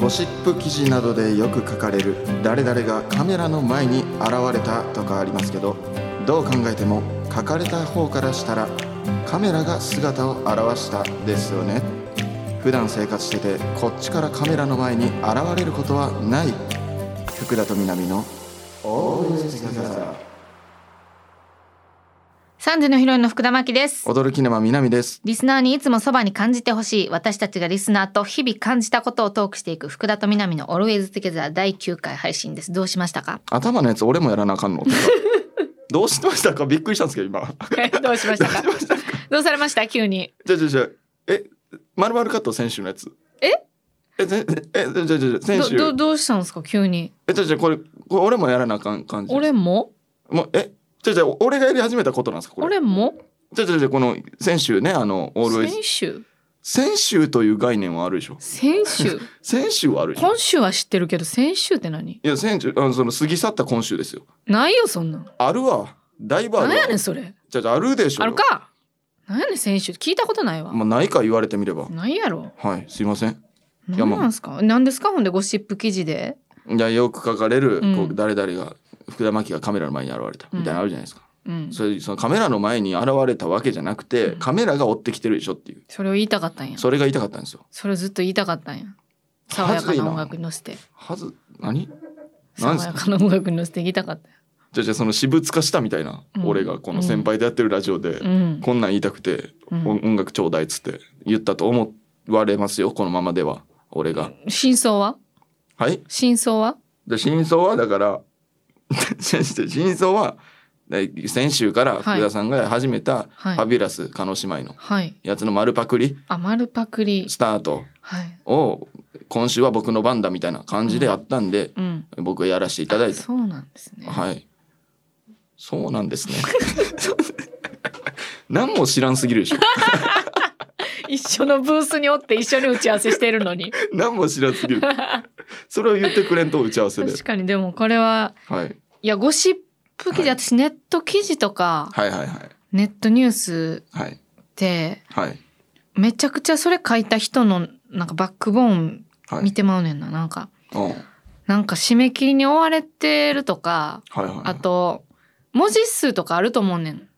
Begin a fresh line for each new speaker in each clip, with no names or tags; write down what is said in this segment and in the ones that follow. ゴシップ記事などでよく書かれる誰々がカメラの前に現れたとかありますけどどう考えても書かれた方からしたらカメラが姿を現したですよね普段生活しててこっちからカメラの前に現れることはない福田と南の「Always Together
3時のヒロインの福田真希です
驚き沼南です
リスナーにいつもそばに感じてほしい私たちがリスナーと日々感じたことをトークしていく福田と南の Always Together 第9回配信ですどうしましたか
頭のやつ俺もやらなあかんのってさどうしましたかびっくりしたんですけど今
どうしましたかどうされました急に
じゃあじゃあじゃあえまるまるカット先週のやつ
え
えぜえじゃあじゃあじゃあ先
ど
週
どどうしたんですか急に
えじゃあじゃあこれこれ俺もやらなあかん感じ
俺も
もうえじゃあじゃあ俺がやり始めたことなんですかこれ
俺も
じゃあじゃあじゃあこの先週ねあのオールウェイズ
先週
先週という概念はあるでしょ
先週
先週はあるでしょ
今週は知ってるけど先週って何
いや先週あのその過ぎ去った今週ですよ
ないよそんなん
あるわだいぶある
何
わ
やねんそれ
じゃあじゃああるでしょう
あ
よ
るか何やねん先週聞いたことないわ
まあないか言われてみれば
ないやろ
はいすいませんいや
何
まあ
なんすか何ですかほんでゴシップ記事で
じゃあよく書かれる、
うん
こう誰々が福田真紀がカメラの前に現れたみたいなのあるじゃないですか、
うん
それそのカメラの前に現れたわけじゃなくて、
うん
カメラが追ってきてるでしょっていう
それを言いたかったんや
それが言いたかったんですよ
それをずっと言いたかったんや爽やかな音楽に乗せて
はず何
爽
何です
や
か
かな音楽に乗せて言いたかった
じゃあじゃあその私物化したみたいな、
うん
俺がこの先輩でやってるラジオで、
うん、
こんなん言いたくて、
うん
お音楽ちょうだいっつって言ったと思われますよこのままでは俺が
真相は
はい
真相は
で真相はだから 真相はね先週から福田さんが始めた「フ
はい
ァビュラス叶姉妹」の
はい
やつの丸パクリ
あ丸パクリ
スタート
はい
を今週は僕の番だみたいな感じでやったんで、
うん
僕がやらせていただいた
そうなんですね、
はいそうなんですね何も知らんすぎるでしょ
一緒のブースにおって一緒に打ち合わせしてるの に
何も知らんすぎるそれを言ってくれんと打ち合わせで、
確かにでもこれは
はい、
いやゴシップ記事、
はい
私ネット記事とか
はいはいはい
ネットニュース
はい
って
はい
めちゃくちゃそれ書いた人のなんかバックボーン
はい
見てまうねんな、なんか
うんはい
なんか締め切りに追われてるとか、
はい
あと文字数とかあると思うねん、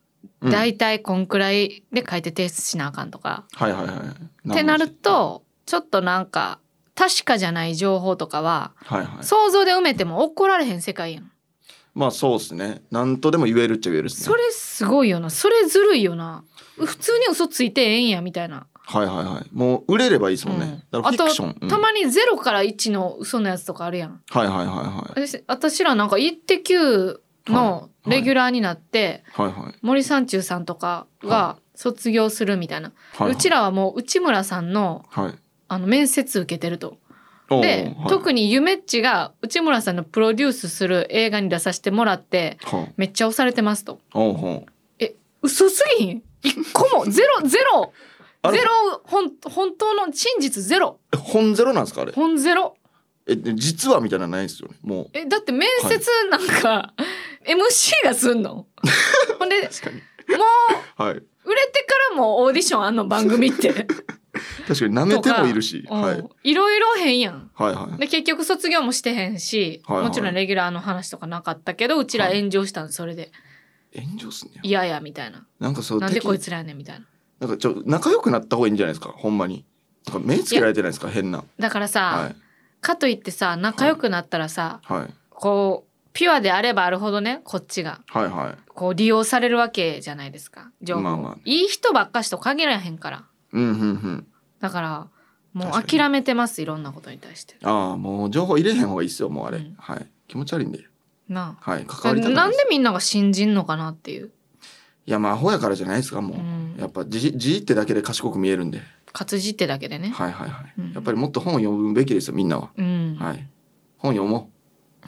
うん
だいたいこんくらいで書いて提出しなあかんとか。
はいはいはい
ってなるとちょっとなんか確かじゃない情報とかは
はいはい
想像で埋めても怒られへん世界やん。
まあそうですね何とでも言えるっちゃ言えるっす
そ
ね
れすごいよなそれずるいよな普通に嘘ついてええんやみたいな、
はいはいはいもう売れればいいですもんね、
う
だ
ん
からフィクション
あと、たまに0から1の嘘のやつとかあるやん
うんはいはいはい
私私らなんか「イッテ Q!」のレギュラーになって、
はいはいはい
森三中さんとかが
は
卒業するみたいな、
はいう
ちらはもう内村さんの
はい
あの面接受けてると。
おー
で、
はい
特にゆめっちが内村さんのプロデュースする映画に出させてもらって
は
めっちゃ押されてますと。
あ、おうほう
嘘すぎひん一個 もゼロゼロ
あれ
ゼロ本本当の真実ゼロ
え本ゼロなんですかあれ
本ゼロ
えで実はみたいなのないですよねもう
えだって面接なんか、MC がす んのほんでも
確かに
う
はい
売れてからもオーディションあんの番組って。
確かに舐めてもいるし
とか
はい
うんいろいろ変やん。
はいはい
で結局卒業もしてへんし、
はいはい
もちろんレギュラーの話とかなかったけどうちら炎上したんそれで
炎上すんねや
嫌やみたいな
なんかそう
なんで
敵
こいつらやねんみたいな
なんかちょ仲良くなった方がいいんじゃないですかほんまになんか目つけられてないですか変な
だからさ、
はい
かといってさ仲良くなったらさ、
はい
こうピュアであればあるほどねこっちが
はいは
こう利用されるわけじゃないですか情報、
まあまあ
いい人ばっかしと限らへんから
いうんうんうん
だからもう
確かに
諦めてますいろんなことに対して
ああもう情報入れへん方がいいっすよもうあれ、
うん
はい気持ち悪いんで
なあ
はい関わりたく
な
ない
ん
で
ですみんなが信じんのかなっていう、
いやまあアホやからじゃないですかも
う
う、
ん、
やっぱじじってだけで賢く見えるんで
活字ってだけでね、
はいはいはい、
うん
やっぱりもっと本を読むべきですよみんなは、
うん
はい本読も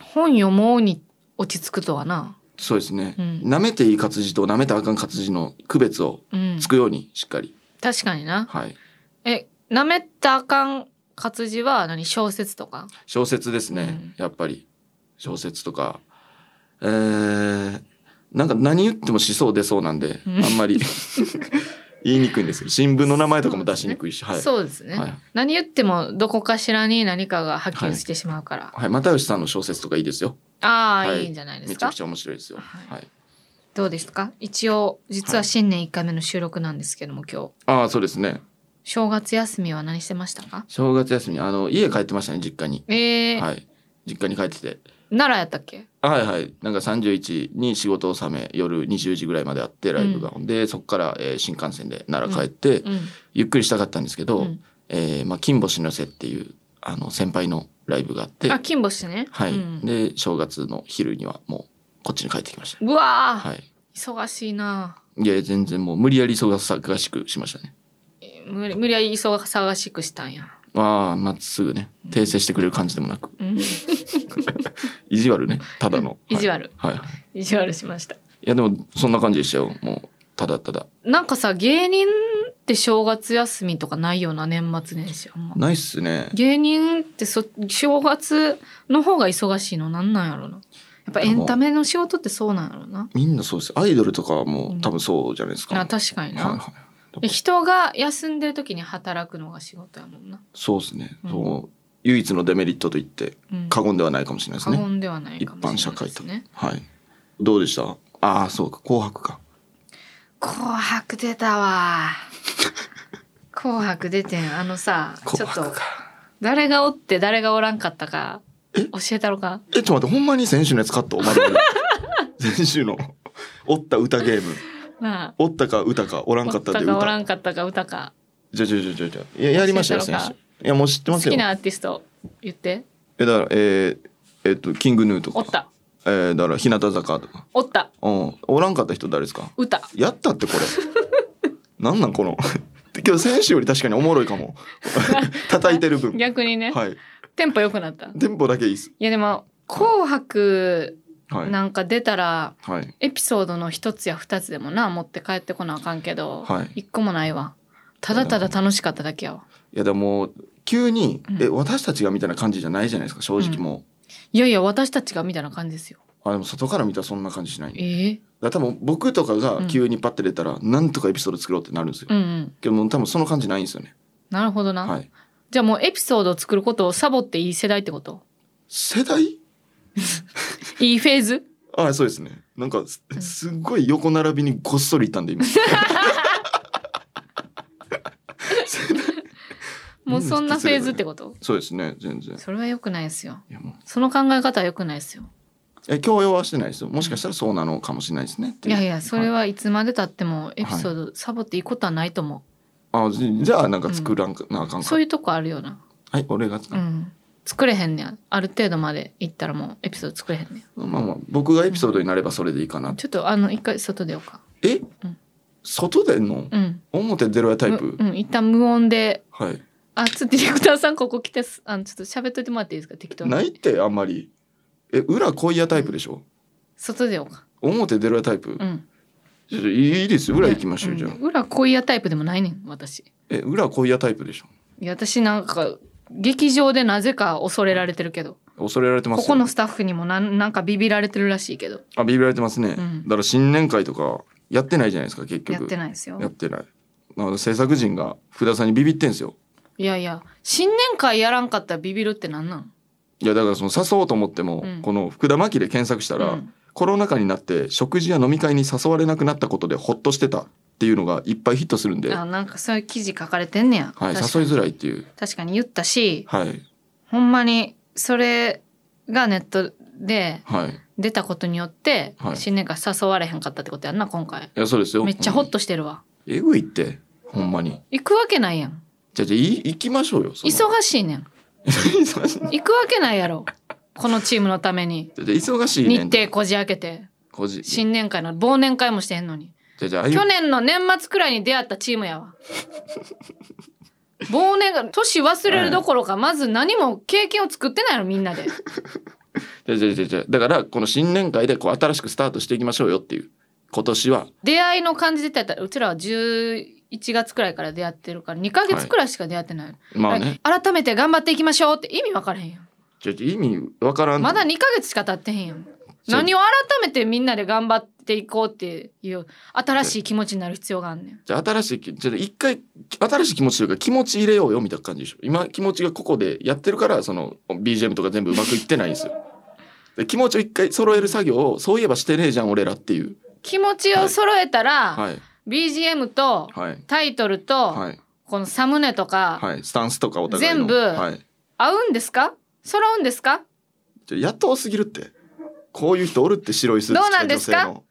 本読もうに落ち着くとはな、
うそうですね、
うん
舐めていい活字と舐めてあかん活字の区別を
うん
つ、くようにしっかり、
確かにな
はい
えなめたあかん活字は何小説とか
小説ですね、
うん
やっぱり小説とかえ ー、なんか何言っても思想出そうなんで、
うん
あんまり言いにくいんですけど新聞の名前とかも出しにくいし、はい、
そうですね、
はい
何言ってもどこかしらに何かが波及してしまうから、
はい、又吉さんの小説とかいいですよ
ああ、、
はいい
いんじゃないで
め
す
ちゃ
か
くちゃ面白いですよ
はい
はい
どうですか一応実は新年1回目の収録なんですけども今日
ああそうですね
正月休みは何してましたか
正月休みあの家帰ってましたね実家に
えー
はい実家に帰ってて
奈良やったっけ
はいはいなんか31に仕事を納め夜20時ぐらいまであってライブが、でそこから、えー新幹線で奈良帰って、
うん
ゆっくりしたかったんですけど、
うん
えーまあ、金星の瀬っていうあの先輩のライブがあって
あ金星ね
はい、
うん
で正月の昼にはもうこっちに帰ってきました
うわー、
はい
忙しいない
や全然もう無理やり忙しさがしくしましたね
えー無理無理やり忙しくしたんや、
ああまあすぐね訂正してくれる感じでもなく
うん、
意地悪ねただの
意地悪、
はい、はい、
意地悪しました
いやでもそんな感じでしたよもうただただ
なんかさ芸人って正月休みとかないような年末年始あんま
ないっすね
芸人ってそ正月の方が忙しいのなんなんやろうなやっぱエンタメの仕事ってそうなんやろうな
みんなそうですアイドルとかはも
う
うん多分そうじゃないですか、
あ確かにな、
はいはい
で人が休んでる時に働くのが仕事やもんな、
そうですね、
うん
そう唯一のデメリットと言って
うん、
過言ではないかもしれないです
過
ね
言ではない
一
かもしれない
般
です
社
ね
会と、はいどうでしたああそうか紅白か
紅白出た わ紅白出てんあのさちょ
紅
っと
白か
誰がおって誰がおらんかったか
え
教えたろか
えちょっと待ってほんまに先週のやつカットお 前の先週のおった歌ゲーム
まあ
おったか歌かおらんかったで
おかおら
歌
んかったか歌か
じゃじゃじゃじゃじゃいややりましたよ
教えたの
先
か
週いやもう知ってま
好
すよ
きなアーティスト言って
えだからえーえっとキングヌーとか
おった
えーだから日向坂とか
おった
うんおらんかった人誰ですか
歌
やったってこれ なんなんこの今日選手より確かにおもろいかも 叩いてる分
逆にね、
はい
テンポ良くなったい
テンポだけいいっす
やでも「紅白」
はい
なんか出たら
はい
エピソードの一つや二つでもな持って帰ってこなあかんけど、
はい
一個もないわただただ楽しかっただけやわ
いやでも急に、
うん
え私たちがみたいな感じじゃないじゃないですか正直
うん
も
いやいや私たちがみたいな感じですよ
う、あでも外から見たらそんな感じしないだか
ええ
ら多分僕とか
う
が
ん
急にパッて出たら、なんとかエピソード作ろうってなるんですよ、
うんうん
けどもう多分その感じないんですよね
なるほどな、
はい
じゃあもうエピソードを作ることをサボっていい世代ってこと
世代
いいフェーズ
あそうですねなんかす
うん
すっごい横並びにごっそりいったんで 今
もうそんなフェーズってこと
そうですね全然
それは良くないですよ
いやもう
その考え方は良くないですよ
え強要はしてないですよもしかしたらそうなのかもしれないですねって
いやいやそれ
は
はいつまでたってもエピソードサボっていいことはないと思
あじじゃあなんか作らんかなあかんか、
うそういうとこあるよな
はい俺が作
う
る、
ん作れへんねんある程度までいったらもうエピソード作れへんねん
まあまあ僕がエピソードになればそれでいいかな
ちょっとあの一回外出ようか
え、
ん
外でんの
うん
表出ろやタイプ、
むうん一旦無音で
はい
あちょっとディレクターさんここ来てすあのちょっと喋っといてもらっていいですか適当に
ないってあんまりえ裏恋やタイプでしょ
外出ようか
表出ろやタイプ、
うん
ちょっといいですよ裏行きましょう、
ん
じゃあ
裏恋やタイプでもないねん私
え裏恋やタイプでしょ
いや私なんか劇場でなぜか恐れられてるけど
恐れられてま
こ
すよ
このスタッフにもなんなんかビビられてるらしいけど
あビビられてますね、
うん
だから新年会とかやってないじゃないですか結局
やってないですよ
やってないなので制作陣が福田さんにビビってんすよ
いやいや新年会やらんかったらビビるってなんなん
いやだからその誘おうと思っても、
うん
この福田真希で検索したら、
うん
コロナ禍になって食事や飲み会に誘われなくなったことでホッとしてたっていうのがいっぱいヒットするんで、は
あなんかそういう記事書かれてんねや、
い、誘い
確かに
づらいっていう、
確かに言ったし
はい
ほんまにそれがネットで
はい、い
出たことによって、
はい
新年会誘われへんかったってことやんな今回
やそうですよ
めっちゃホッとしてる
ほ
わ
んまにえぐいってほんまに
行くわけないやん
じゃあじゃあい行きましょうよその
忙しいねん
忙しい
行くわけないやろこのチームのために
じゃあじゃあ忙しい
日
ねん
程こじ開けて
個人じ
新年会の忘年会もしてへんのに
ゃあじゃあああいう
去年の年末くらいに出会ったチームやわ忘年会年忘れるどころかまず何も経験を作ってないのみんなで
じゃあじゃあじゃあじゃあだからこの新年会でこう新しくスタートしていきましょうよっていう今年は
出会いの感じで言ったらうちらは11月くらいから出会ってるから2ヶ月くらいしか出会ってない、
まあね、
改めて頑張っていきましょうって意味分からへんやん
じゃあじゃあ意味わからん
まだ2ヶ月しか経ってへんやん何を改めてみんなで頑張ていこうっていう新しい気持ちになる必要があんねん。
じゃあ新しいきちょっと一回新しい気持ちというか気持ち入れようよみたいな感じでしょ今気持ちがここでやってるからその BGM とか全部うまくいってないん ですよで気持ちを一回揃える作業をそういえばしてねえじゃん俺らっていう
気持ちを揃えたら、
はい
BGM と
はい
タイトルと、
はい
このサムネとか、
はいスタンスとかお互いの
全部
はい、
合うんですか揃うんですか
ちょ野党すぎるってこういう人おるって白いスーツ
どう
着
な
た
んで
女
す
性
か
の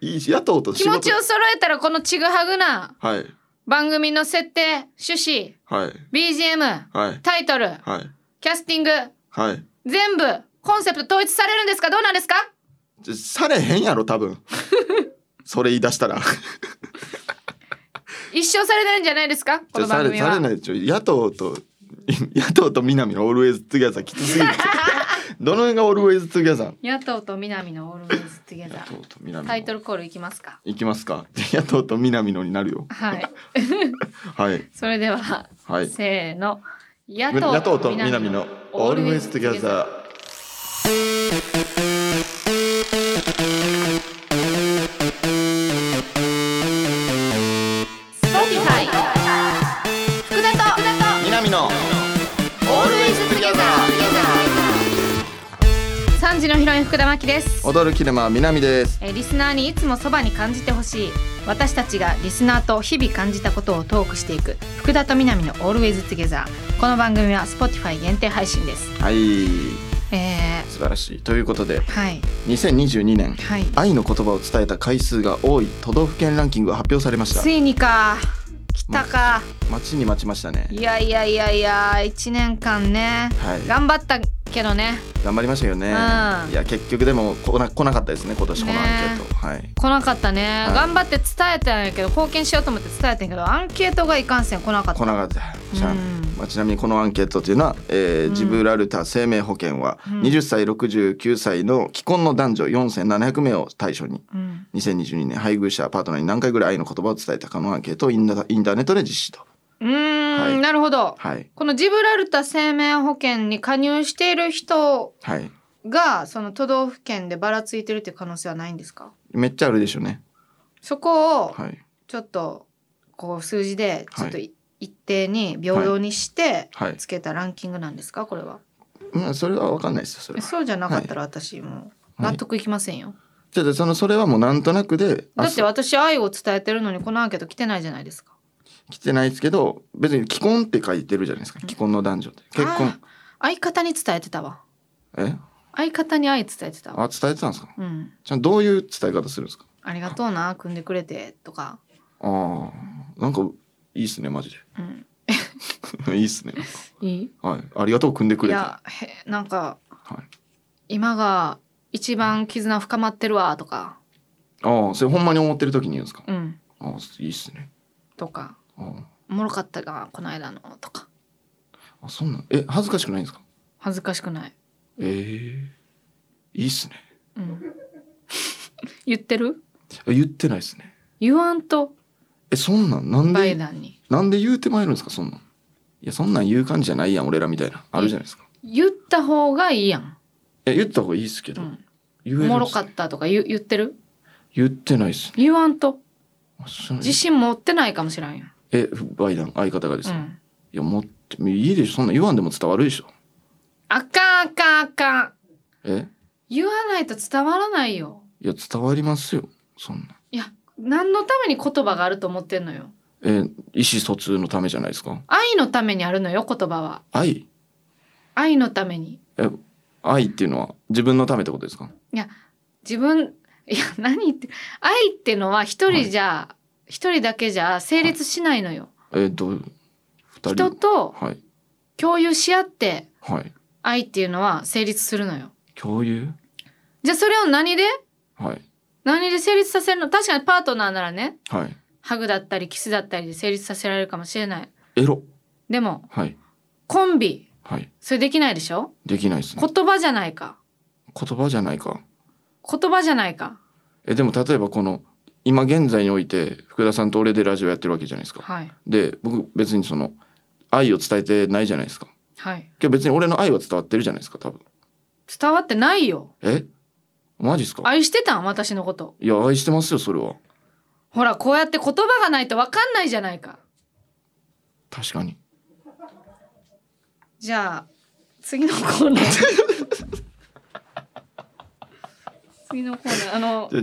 いいし野党と仕
気持
事
ちを揃えたらこのちぐはぐな
はい
番組の設定趣旨
はい
BGM
はい
タイトル
はい
キャスティング
はい
全部コンセプト統一されるんですかどうなんですか
ちょされへんやろ多 分それ言い出したら
一生されないんじゃないですかこ
じゃ
の
あさ
番
れ
組
され
は
ないでしょ野党と 野党と南のオールウェイズ・トゥギャザーきつすぎるどの辺がオールウェイズ・トゥギャザー
野党と南のオールウェイズ・トゥゲ
野
ザー
党と南
タイト
の
ルコールいきますか
いきますか 野党と南のになるよ
はい
はい
それでは、
はい
せーの野
野党と南のオールウェイズ・トゥギャザー
スポティファイ福田と福田
南のオールウェイズ・トゥギャザ
と三時のヒロイン福田真希です
ー踊るキルマ南です
えーリスナーにいつもそばに感じてほしい私たちがリスナーと日々感じたことをトークしていく福田と南の Always Together この番組は Spotify 限定配信です
はい
え
素晴らしいということで
ー、はい
2022年
はい
愛の言葉を伝えた回数が多い都道府県ランキングが発表されました
ついにか来たか
待ちに待ちましたね
いやいやいやいや一年間ね
はい
頑張ったけどね
頑張りましたよね、
うん
いや結局でも来な来なかったですね今年このアンケート、はい
来なかったね、
はい
頑張って伝えたんやけど貢献しようと思って伝えたんやけどアンケートがいかんせん来なかった
来なかったじゃあ
うん
まあ、ちなみにこのアンケートというのは、えージブラルタ生命保険は
うん
20歳69歳の既婚の男女4700名を対象に
うん
2022年配偶者パートナーに何回ぐらい愛の言葉を伝えたかのアンケートをインダインターネットで実施と
うーん、
はい
なるほど
はい
このジブラルタ生命保険に加入している人
はい
がその都道府県でばらついてるっていう可能性はないんですか
めっちゃあるでしょうね
そこを
はい
ちょっとこう数字でちょっと
はい
一定に平等にして
はい
つけたランキングなんですかこれは
うんそれは分かんないですよそれ
え
は
そうじゃなかったら私もう納得いきませんよ、
ちょっとそのそれはもうなんとなくであ
だって私愛を伝えてるのにこのアンケート来てないじゃないですか
来てないですけど別に既婚って書いてるじゃないですか既婚の男女って結婚
あ相方に伝えてたわ
え
相方に愛伝えてたわ
あ伝えてたんですか
うん
じゃあどういう伝え方するんですか
ありがとうな組んでくれてとか
ああなんかいいっすねマジ
うん
で いいっすね
いい
はいありがとう組んでく
い
れて
やへなんか
はい、
今が一番絆深まってるわとか
ああそれほんまに思ってる時に言うんですか
うん
ああいいっすね
とか
あ
おもろかったがこの間のとか
ああそんなんえ恥ずかしくないんですか
恥ずかしくない、
ええいいっすね
うん、 言ってる
あ言ってないっすね
言わんと
えそんなんなん
バイ
で
ダンに
なんで言うてまいるんですかそんなんいやそんなん言う感じじゃないやん俺らみたいなあるじゃないですか
言った方がいいやん、
いや言った方がいいっすけ
う
ど、
ん、
言
お
えるん
もろ
です
か
ね
ったとか言う言ってる
言ってないっすね
言わんと
あそう
自信持ってないかもしらんやん、
えバイダン相方がです
う
ね、
ん、
いやもっていいでしょそんなん言わんでも伝わるでしょ
あかんあかんあかん
え
言わないと伝わらないよ
いや伝わりますよそんない
や何のために言葉があると思ってんのよ
え意思疎通のためじゃないですか
愛のためにあるのよ言葉は
愛
愛のために
え愛っていうのは自分のためってことですか
自分いや何言って愛ってのは一人じゃ一、人だけじゃ成立しないのよ、
えどう二
人
人
と
はい
共有し合って
はい
愛っていうのは成立するのよ
共有
じゃあそれを何で
はい
何で成立させるの確かにパートナーならね
はい
ハグだったりキスだったりで成立させられるかもしれない
エロ
でも
はい
コンビ
はい
それできないでしょ
できないですね
言葉じゃないか
言葉じゃないか
言葉じゃないか
えでも例えばこの今現在において福田さんと俺でラジオやってるわけじゃないですか
はい
で僕別にその愛を伝えてないじゃないですか
はい
けど別に俺の愛は伝わってるじゃないですか多分
伝わってないよ
えマジっすか
愛してたん私のこと
いや愛してますよそれは
ほらこうやって言葉がないと分かんないじゃないか
確かに
じゃあ次のコー ナー次のコーナーあの
じゃ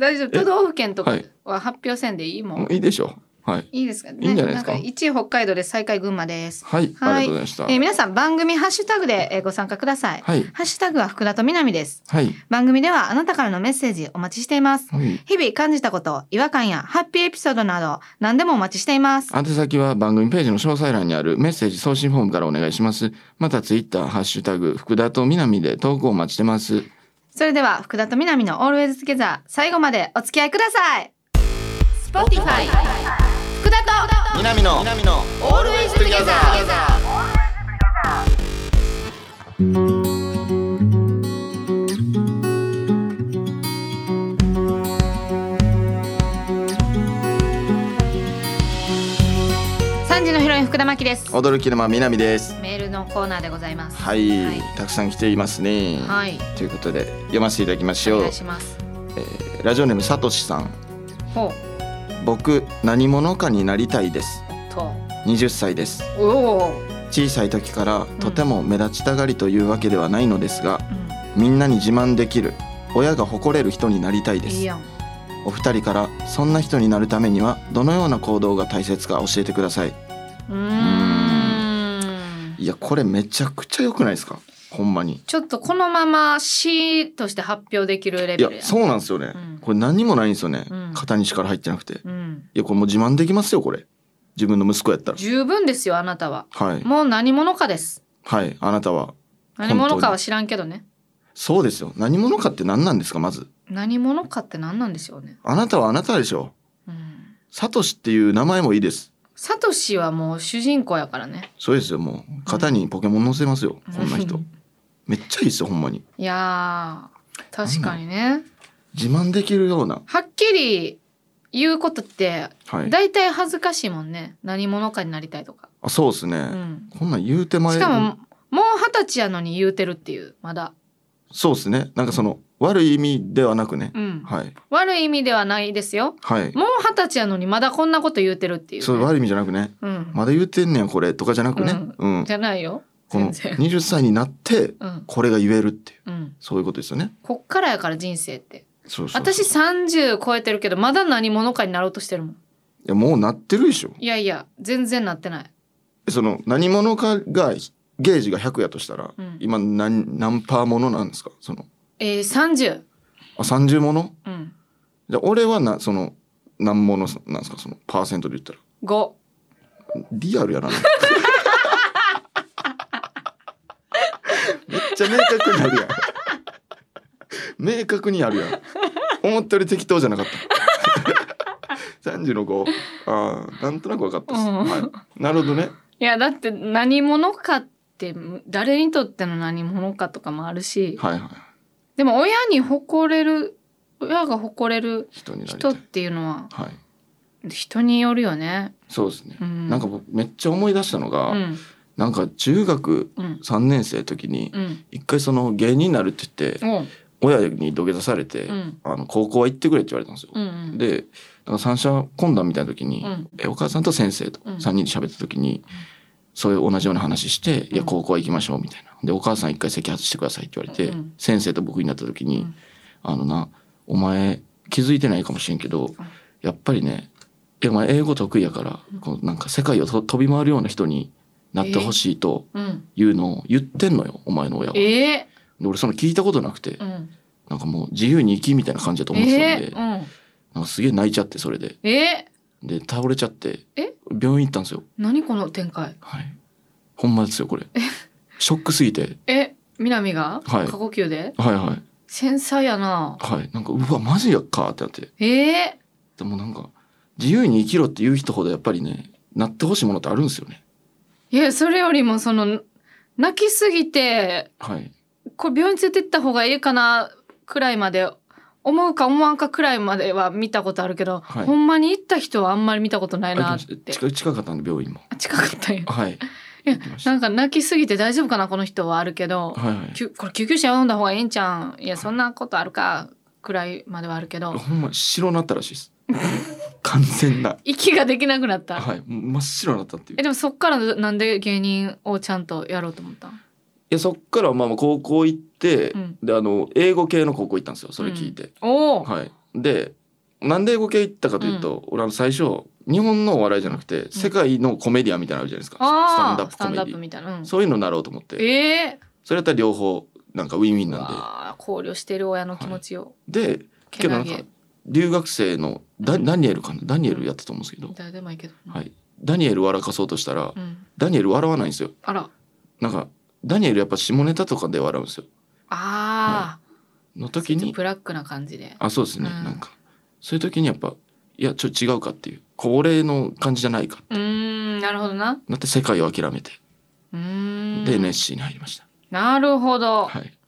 大丈夫都道府県とか
はい
は発表せんでいいもん、
もういいでしょうはい
い、いですかね
いいんじゃないですか
ん1位北海道で最下位群馬です
はい、
は
あ
い
りがとうございました
えー皆さん番組ハッシュタグでえーご参加ください、
はい
ハッシュタグは福田と南です
はい
番組ではあなたからのメッセージお待ちしています
はい
日々感じたこと違和感やハッピーエピソードなど何でもお待ちしています
宛先は番組ページの詳細欄にあるメッセージ送信フォームからお願いします。またツイッター、ハッシュタグ、福田と南で投稿をお待ちしてます。
それでは福田と南の Always Together 最後までお付き合いください Spotify 福田と
南の、南の、
Always Together 3時のヒロイン福田真希です
驚きのま南です。
メールのコーナーでございます
はい、
はい
たくさん来ていますね。
はい
ということで、読ませていただきましょ
お願
う
い。します
ラジオネームさとしさん。
ほ
僕、何者かになりたいです。
うと
20歳です。
おお
小さい時からとても目立ちたがりというわけではないのですが、
ー、
みんなに自慢できる、親が誇れる人になりたい
うん、
で
い
す
い。やん
お二人からそんな人になるためにはどのような行動が大切か教えてくださいう
ーん
いやこれめちゃくちゃ良くないですかほんまに
ちょっとこのまま詩として発表できるレ
い
ベ
や
ルや
そうなんですよね、
うん
これ何もないんですよね、
うん
肩に力入ってなくてい
うん、
やこれもう自慢できますよこれ自分の息子やったら
十分ですよあなたは
はい
もう何者かです
はいあなたは
何者かは知らんけどね
そうですよ何者かって何なんですかまず
何者かって何なんでしょうね
あなたはあなたでしょ
うん
サトシっていう名前もいいです
サトシはもう主人公やからね
そうですよもう肩にポケモン乗せますよ、こんな人めっちゃいいですよほんまに
いやー確かにね
自慢できるような
はっきり言うことって
はい
大体恥ずかしいもんね何者かになりたいとか、
あそうですね、
うん、
こんなん言うてまえ
しかももう二十歳やのに言うてるっていうまだ、
そうですねなんかその悪い意味ではなくね、
うん、
はい
悪い意味ではないですよ
はい
もう二十歳やのにまだこんなこと言うてるっていう、ね、
そう悪い意味じゃなくね
うん、
まだ言うてんねやこれとかじゃなくねうん、
じゃないよ
この
全然
20歳になって
うん
これが言えるっていう
うん
そういうことですよね
こっからやから人生って
そうそう
私
い
30超えてるけどまだ何者かになろうとしてるもん
やもうなってるでしょ
いやいや全然なってない
その何者かがゲージが100やとしたら、
うん
今何何パーものなんですかその
えー、30
あ30もの
うん
じゃあ俺はなその何ものなんですかそのパーセントで言ったら
5
リアルやな。めっちゃ明確になるやん。明確にあるやん。思ったより適当じゃなかった。三十の五。ああ、なんとなく分かったっす、
うん
はい。なるほどね。
いやだって何者かって誰にとっての何者かとかもあるし
はいはい。
でも親に誇れる親が誇れる
人になりた
人っ
い。
ていうのは
はい。
人によるよね。
そうですね
う。ん、
なんか僕めっちゃ思い出したのが、
うん
なんか中学
うん
三年生の時に
うん
一回その芸人になるって言って
おう
親に土下座されて、
うん
あの高校は行ってくれって言われたんですよ。
うんうん
でなんか三者懇談みたいな時に、
うん
えお母さんと先生と
うん
3人で喋った時に、そういう同じような話して「いや
うん
高校は行きましょう」みたいな。でお母さん一回摘発してくださいって言われて、
うん
先生と僕になった時に「
うん
あのなお前気づいてないかもしれんけど、やっぱりねいやお前英語得意やから、こうなんか世界をと飛び回るような人になってほしいと
うん
いうのを言ってんのよ、お前の親は。で
え
俺その聞いたことなくて、
ーうん
なんかもう自由に生きみたいな感じだと思ってたんで、
えーうん
なんかすげえ泣いちゃってそれで。
え
で倒れちゃって
え
病院行ったんですよ
何この展開
はいほんまですよこれショックすぎて
え南が
はい
過呼吸で
はいはい
繊細やな
はいなんかうわマジやっかってなって
え
でもなんか自由に生きろっていう人ほどやっぱりねなってほしいものってあるんですよね
ー、いやそれよりもその泣きすぎて
はい
これ病院連れてった方がいいかなくらいまで思うか思わんかくらいまでは見たことあるけど、
はい
ほんまに行った人はあんまり見たことないな
あ
っ
でも
て
近近かったんで病院も
あ近かったよ
はい言ってまし
な
た。
んか泣きすぎて大丈夫かなこの人はあるけど、
はいはい。
きゅこれ救急車呼んだ方がええんちゃうんいやそんなことあるかくらいまではあるけど
ほんま白になったらしいで す。完全な。
息ができなくなった、
はい、真っ白になったっていう。
えでもそっからなんで芸人をちゃんとやろうと思ったん
いやそっからはまあまあ高校行って、
うん
であの英語系の高校行ったんですよそれ聞いて、
おお、
はいでなんで英語系行ったかというと、俺あの最初日本のお笑いじゃなくて世界のコメディアンみたいなのあるじゃないですか、スタン
あ
ダッ
あ
プ
ス
コ
タン
メ
ダ
デ
ップ
ィ
みたいな、うん、
そういうのなろうと思って
ええ
それやったら両方なんかウィンウィン
ー、
なん
わあ考慮してる親の気持ちを、
でで
け
けどな
な
ん
げ
か留学生のダダニエルかなダニエルやったと思うんですけど、
誰でもいいけど、
はい、ダニエル笑かそうとしたら、
うん、
ダニエル笑わないんですよ
あら
なんかダニエルやっぱ下ネタとかで笑うんですよ
あ
の
あ、
時に
ブラックな感じで
あそうですね、
うん
なんかそういう時にやっぱいやちょっと違うかっていう高齢の感じじゃないか
うーんなるほどな
なって世界を諦めて
うーん
で NSC に入りました、
なるほど、
はい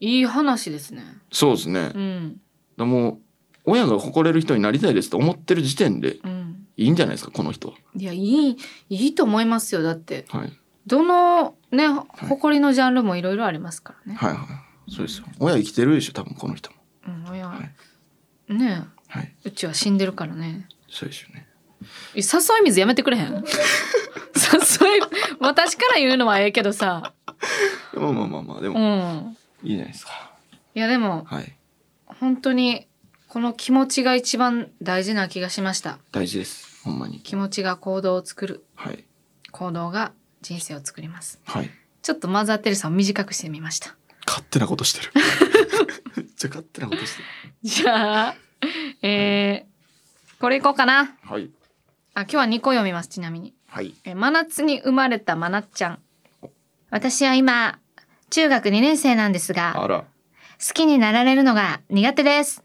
い、い話ですね
そうですね、
うん
でもう親が誇れる人になりたいですと思ってる時点で
うん
いいんじゃないですかこの人は、
いやいいいいと思いますよだって
はい、
どのね誇りのジャンルもいろいろありますからね、
はいはいそうですよ親生きてるでしょ多分この人も
うんいや
はい
ね
はい
えうちは死んでるからね
そうですよね
え誘い水やめてくれへん 誘い私から言うのはええけどさ
まあまあまあまあで
う
も
ん
いいじゃないですか
いやでも
はい
本当にこの気持ちが一番大事な気がしました
大事ですほんまに
気持ちが行動を作る
はい
行動が人生を作ります
はい
ちょっとマザー・テレサを短くしてみました
勝手なことしてる めっちゃ勝手なことしてる
じゃあえー、これいこうかな
はい
あ今日は2個読みますちなみに
はい
えー真夏に生まれた真夏ちゃん私は今中学2年生なんですが
あら
好きになられるのが苦手です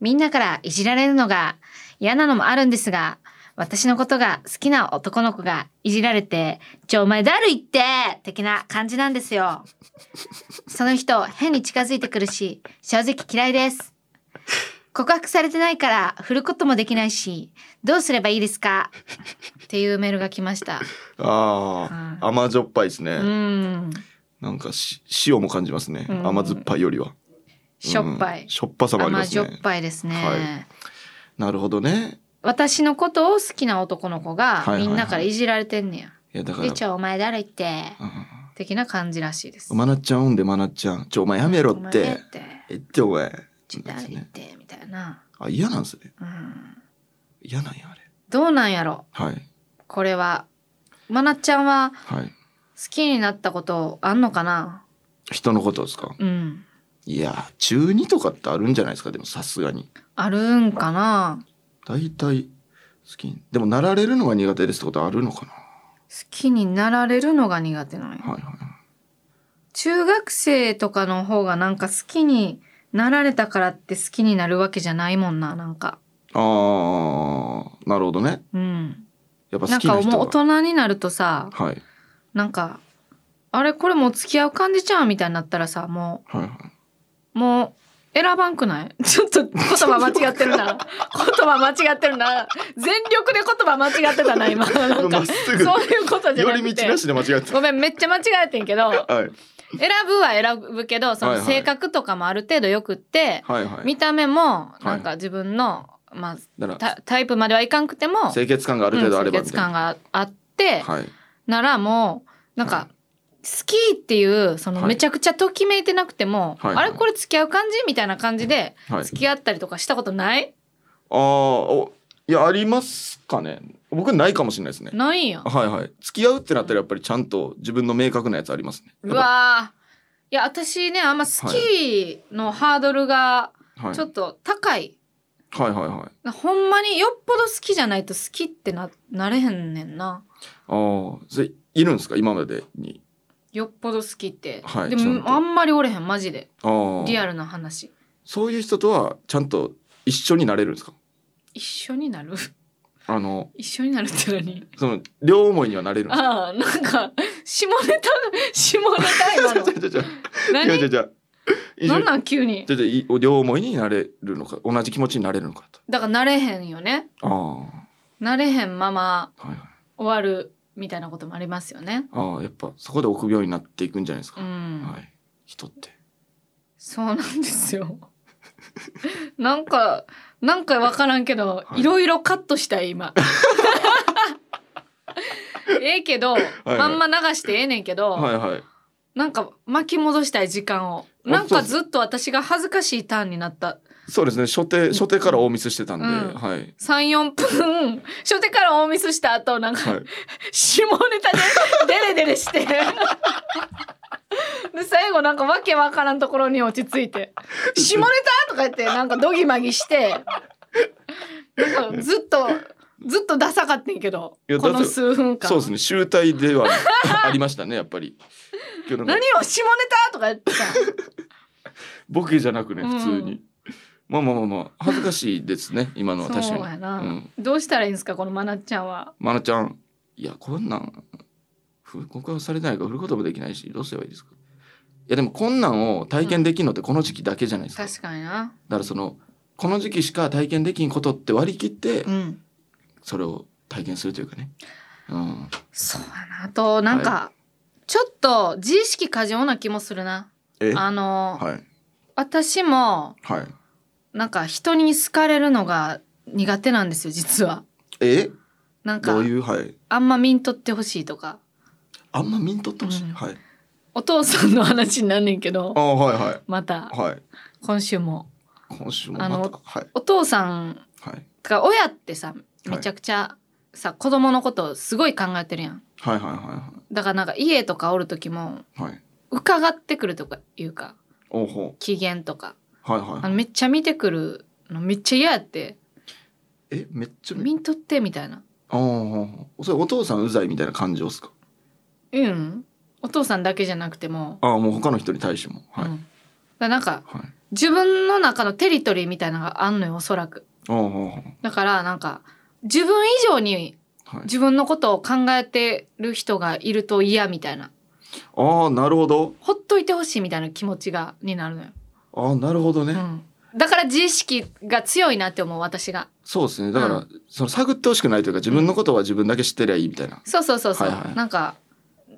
みんなからいじられるのが嫌なのもあるんですが私のことが好きな男の子がいじられて「ちょお前だるいって!」的な感じなんですよその人変に近づいてくるし正直嫌いです告白されてないから振ることもできないしどうすればいいですかっていうメールが来ました
ああ、
は
甘じょっぱいですね。
うん
なんかし塩も感じますね。
うん
甘酸っぱいよりは。
しょっぱい、
うんしょっぱさもありま
甘
す
じょっ
ね。
ぱいですね、
はいなるほどね。
私のことを好きな男の子
はい
が
はいはい
みんなからいじられてんねや。
いやだから。
で、ちょ、お前誰言って、
うん
的な感じらしいです。
マナちゃんうんでマナちゃん。ちょお前やめろ
お
っ
前
て
誰。って、
えってお前。
ちょ、
なん
誰
です
言っ
ね
て、みたいな。
あ嫌なんですね。
うん。
嫌なんやあれ。
どうなんやろ
はい
これは。まなっちゃんは
はい。
好きになったことあんのかな
人のことですか。
うん。
いや中二とかってあるんじゃないですか。でもさすがに。
あるんかな
だいたい好きに。でもなられるのが苦手ですってことあるのか
好きになられるのが苦手なんや
な。。はいはい。
中学生とかの方がなんか好きになられたからって好きになるわけじゃないもんな、なんか。
ああなるほどね。
うん。
やっぱ
な
好
ん
きな
か
人
もう
は。
大人になるとさ
はい
なんかあれこれもう付き合う感じちゃうみたいになったらさも
はいはい。
うもう選ばんくない ちょっと言葉間違ってる な言葉間違ってるな全力で言葉間違ってた な今なん
ま
か
っすぐ
そういうことじゃ
寄
な
り
く
道
て
なしで間違って
ごめんめっちゃ間違えてんけど選
た。はい
ぶは選ぶけどそ
は
の
いはい
性格とかもある程度よくって、
はいはい。
見た目も
い
なんか自分の、ま
だ
あ、
か
タタイプまではいかんくても
ら清潔感がある程度あれば
うん
み
清潔
たいな。
感があって、
はい
ならもうなん
は
か好きっていうその
はい
めちゃくちゃときめいてなくても、
はい
あれこれ付き合う感じみたいな感じで
はい。
付き合ったりとかしたことない
ああおいやありますかね。僕ないかもしれないですね。
ないんや
はいはい。付き合うってなったらやっぱりちゃんと自分の明確なやつありますね。
うわーいや私ねあんま好きのハードルが
はい
ちょっと高い、
はいはいはい。
ほんまによっぽど好きじゃないと好きってななれへんねん
あ
な
あそれいるんですか今までに。
よっぽど好きって、
はい
で
ちゃん
も
と
あんまりおれへんマジで
ああ。
リアルな話
そういう人とはちゃんと一緒になれるんですか。
一緒になる
あの
一緒になるって何
その両思いにはなれるんですか。
ああ、なんか、下ネタ、下ネタ今 の
じゃ。じゃじゃじゃ
何
じゃじゃ。一緒
な
に
んなん急に。
じゃあじゃあい両思いになれるのか同じ気持ちになれるのかと
だから慣れへんよね。
あ
慣れへんまま
あはいはい
終わるみたいなこともありますよね。
ああやっぱそこで臆病になっていくんじゃないです
う
か、
ん、
はい人って
そうなんですよ。なんかなんかわからんけど、
はい
いろいろカットした い今。ええけど、
はい
まんま流してええねんけど、
はいはい
なんか巻き戻したい時間を。
あ
なんか
そ
ずっと私が恥ずかしいターンになった。
そうですね初手初手から大ミスしてたんで、
うん
はい
3、4分、 初手から大ミスした後、なんか、
はい
下ネタでデレデレして。で、最後なんかわけわからんところに落ち着いて、下ネタとか言って、なんかドギマギして、なんかずっと、ずっとダサかってんけど
いや、
こ
だって
の数分間。
そうですね集大ではありま したねやっぱりけど
何
ね
を下ネタとか言ってた。
ボケじゃなくね普通に、
うん
まあまあまあまあ恥ずかしいですね今のは確か
そう
に
やな、
うん
どうしたらいいんですか、このまなっちゃんは。
まなちゃんいやこんなんふ告白されないから振ることもできないしどうすればいいですかいやでもこんなんを体験できるのってこの時期だけじゃないですか、だ
確かにな。
からそのこの時期しか体験できんことって割り切って
うん。
それを体験するというかね、うん、
そうやなあとなんか、ちょっと自意識過剰な気もするな
え
あの、
はい
私も
はい
なんか人に好かれるのが苦手なんですよ実は
え
なんか
どういうはい
あんま見んとってほしいとか
あんまミントってほしい、
うん
はい
お父さんの話になんねんけど
ああはいはい
また
はい。
今週も
今週もま
あ
た
の
はい
お父さん
はい
とか親ってさめちゃくちゃさ、子供のことすごい考えてるやん
はいはいは
だからなんか家とかおる時も
いはい。
伺ってくるとかいうか
おうほ
機嫌とか
う。はいは
あ
い。
のめっちゃ見てくるのめっちゃ嫌やって
えめっちゃみ。
ミントってみたいな
ああほうほう。それお父さんうざいみたいな感情ですか。
うんお父さんだけじゃなくても、
ああもう他の人に対しても。はい、
うん、だからなんか
はい。
自分の中のテリトリーみたいなのがあんのよおそらく
ああほうほう。
だからなんか自分以上に
はい。
自分のことを考えてる人がいると嫌みたいな
ああなるほど。
ほっといてほしいみたいな気持ちがになるのよ、
ああなるほどね。
うん、だから自意識が強いなって思う私が
そうですね。だから、
う
その探ってほしくないというか自分のことは自分だけ知ってりゃいいみたいな。
そうそうそうそう、
はいはい
なんか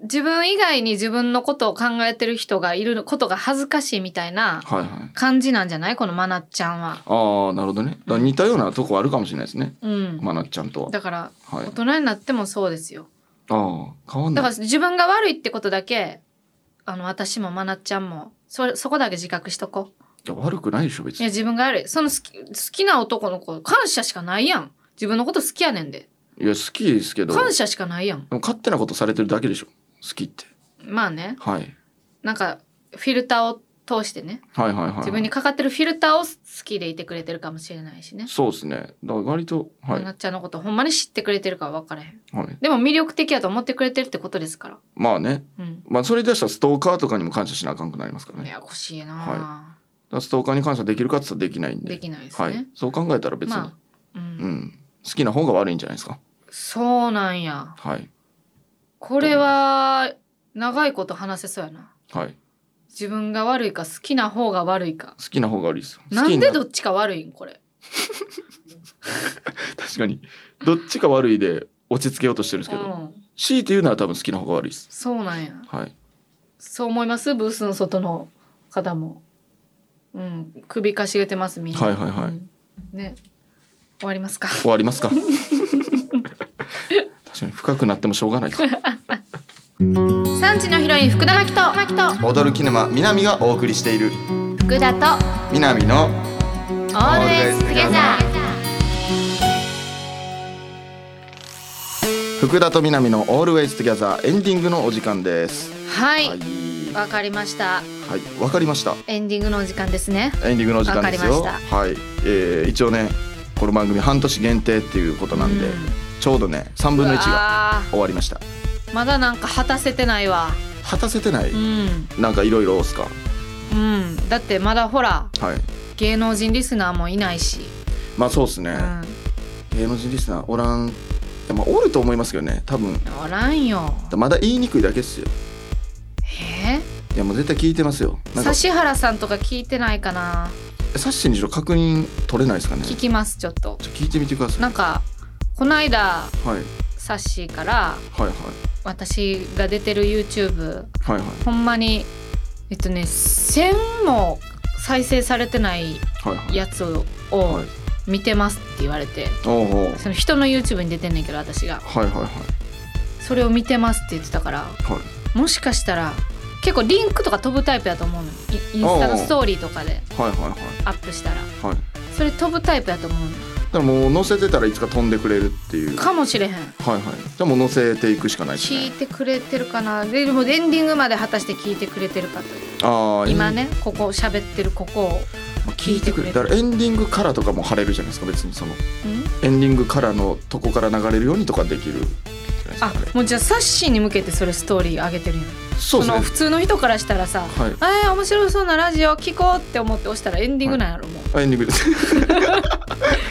自分以外に自分のことを考えてる人がいることが恥ずかしいみたいな
はいはい。
感じなんじゃないこのまなっちゃんは。
ああなるほどね。だから似たようなとこあるかもしれないですね。
うん、
まなっちゃんとは。
だから
はい
大。人になってもそうですよ。
ああ変わん
だ
な
か
い。
ら自分が悪いってことだけあの私もまなっちゃんもそれそこだけ自覚しとこう。
いや悪くないでしょ別
いや
に。
自分が悪いその好き好きな男の子感謝しかないやん。自分のこと好きやねんで
いや好きですけど。
感謝しかないやん。
でも勝手なことされてるだけでしょ好きって、
まあね
はい、
なんかフィルターを通してね
はいはいはい
自分にかかってるフィルターを好きでいてくれてるかもしれないしね。
そうですねだから割とは
ま
い、
なっちゃんのことほんまに知ってくれてるかは分からへん。
はい、
でも魅力的やと思ってくれてるってことですから。
まあね
うん。
まあそれに対してはストーカーとかにも感謝しなあかんくなりますからね
いや、こしいな、
はだからストーカーに感謝できるかって言ったらできないんで
できないですね。
はい、そう考えたら別に、
まあ、うん
うん好きな方が悪いんじゃないですか
そうなんや。
はい
これは長いこと話せそうやな。
はい
自分が悪いか好きな方が悪いか。
好きな方が悪いですよ
な
好き
ん
にな
でどっちか悪いんこれ。
確かにどっちか悪いで落ち着けようとしてるんです
う
けど、
ん。
強いて言うなら多分好きな方が悪いです
そうなんや。
はい
そう思いますブースの外の方も。うん。首かしげてますみんな。
はいはいはい
うんね。終わりますか。
終わり ますか確かに深くなってもしょうがないです
三時のヒロイン福田真希と。真希と。
踊るキネマ南がお送りしている
福田と。
南の
オールエストゲザー。
福田と南の Always Together エンディングのお時間です
は
はい
い。わかりました。
はいわかりました
エンディングのお時間ですね。
エンディングのお時間ですよ
わかりま
はい、えー、一応ねこの番組半年限定っていうことなんで、
うん
ちょうどね3分の1が
が。
終わりました
まだなんか果たせてないわ。
果たせてない、
うん。
なんかいろいろですか
うん。だってまだほら、
はい
芸能人リスナーもいないし。
まあそうですね、
うん。
芸能人リスナーおらんいやまあおると思いますけどね多分
おらんよ。
まだ言いにくいだけっすよ
え
いやもう絶対聞いてますよ
ー、
なんか
指原さんとか聞いてないかな。
サッシにしろ確認取れないですかね
聞きます、ちょっと。
ちょっと聞いてみてください
なんか、こないだ、
はい
サッシーから
はいはい
私が出てる YouTube
はいはい
ほんまにえっとね1000も再生されてない
はいはい
やつを
はい
見てますって言われて
おうおう
その人の YouTube に出てんねんけど私が
はいはいはい
それを見てますって言ってたから
はい
もしかしたら結構リンクとか飛ぶタイプやと思うのよイインスタのストーリーとかで
はいはいは
アップしたら
いはい
それ飛ぶタイプやと思うの
だからもう載せてたらいつか飛んでくれるっていう
かもしれへん
はいはいじゃあもう載せていくしかないです
聞
ね
いてくれてるかなででもエンディングまで果たして聞いてくれてるかという
ああ
今ねここ喋ってるここを
聞いてくれたらエンディングからとかも貼れるじゃないですか別にその
ん
エンディングからのとこから流れるようにとかできるじゃないですか
あ
あれ
もうじゃあサッシーに向けてそれストーリー上げてるやん
そうで
の
す
普
ね
通の人からしたらさ
はい
「えー、面白そうなラジオ聞こう」って思って押したらエンディングなんやろもう
あエンディングです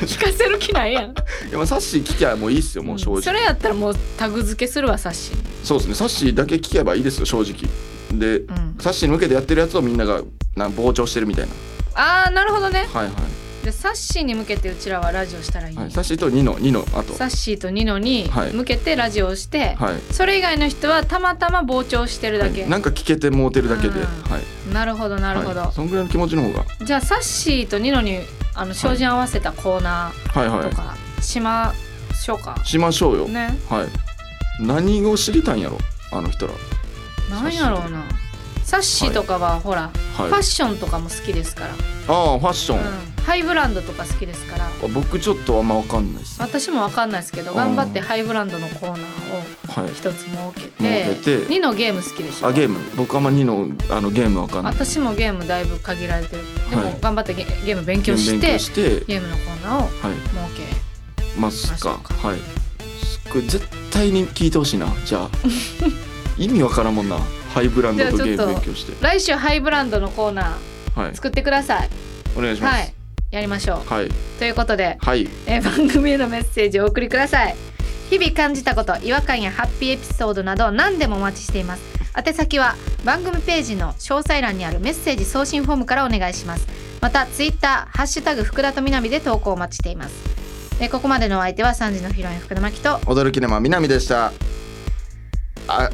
聞かせる気ないやん
いやまあサッシー聞きゃもういいっすよ もう正直、
それやったらもうタグ付けするわサッシー
そうですねサッシーだけ聞けばいいですよ正直で、
うん
サッシーに向けてやってるやつをみんながな膨張してるみたいな
あーなるほどね
はいはい
でサッシーに向けてうちらはラジオしたらいい、
はい、サッシーと2の2のあと
サッシーとニノに
はい
向けてラジオをして、
はい、
それ以外の人はたまたま膨張してるだけ、
はいなんか聞けてもうてるだけで、
うん
はい、
なるほどなるほど、
はい、そんぐらいの気持ちの方が
じゃあサッシーとニノにあの精進合わせたコーナ
はいは
ーとかしましょうか、
いしましょうよ、
ね
はい何を知りたいんやろあの人ら
なんやろうなサッシーとかはほら、
はい
ファッションとかも好きですから、
ああファッション、
うん、ハイブランドとか好きですから
あ僕ちょっとあんま分かんないですは
私もわかんないですけど
うん
頑張ってハイブランドのコーナーを
い
一つ設けて
設けて
ニノゲーム好きでしょ
あゲーム僕あんま2のあのゲーム分かんない
私もゲームだいぶ限られてるで
は
も
い
頑張ってゲゲーム勉強して
勉強して
ゲームのコーナーを設
はい
け
ますか
ましょう
はいすこれ絶対に聞いてほしいなじ ゃあ意味わからんもんなハイブランドと
じゃあ
ゲ
ちょ
ー
っと
ム勉強して
来週ハイブランドのコーナ
はい
ー作ってください
お願いしま
はい
す
やりましょう
はい
ということで、
はい
えー 番組へのメッセージをお送りください日々感じたこと違和感やハッピーエピソードなど何でもお待ちしています宛先は番組ページの詳細欄にあるメッセージ送信フォームからお願いしますまたツイッターハッシュタグ福田とみなみで投稿お待ちしていますえーここまでのお相手は3時のヒロイン福田真希と
驚きのまみなみでしたあ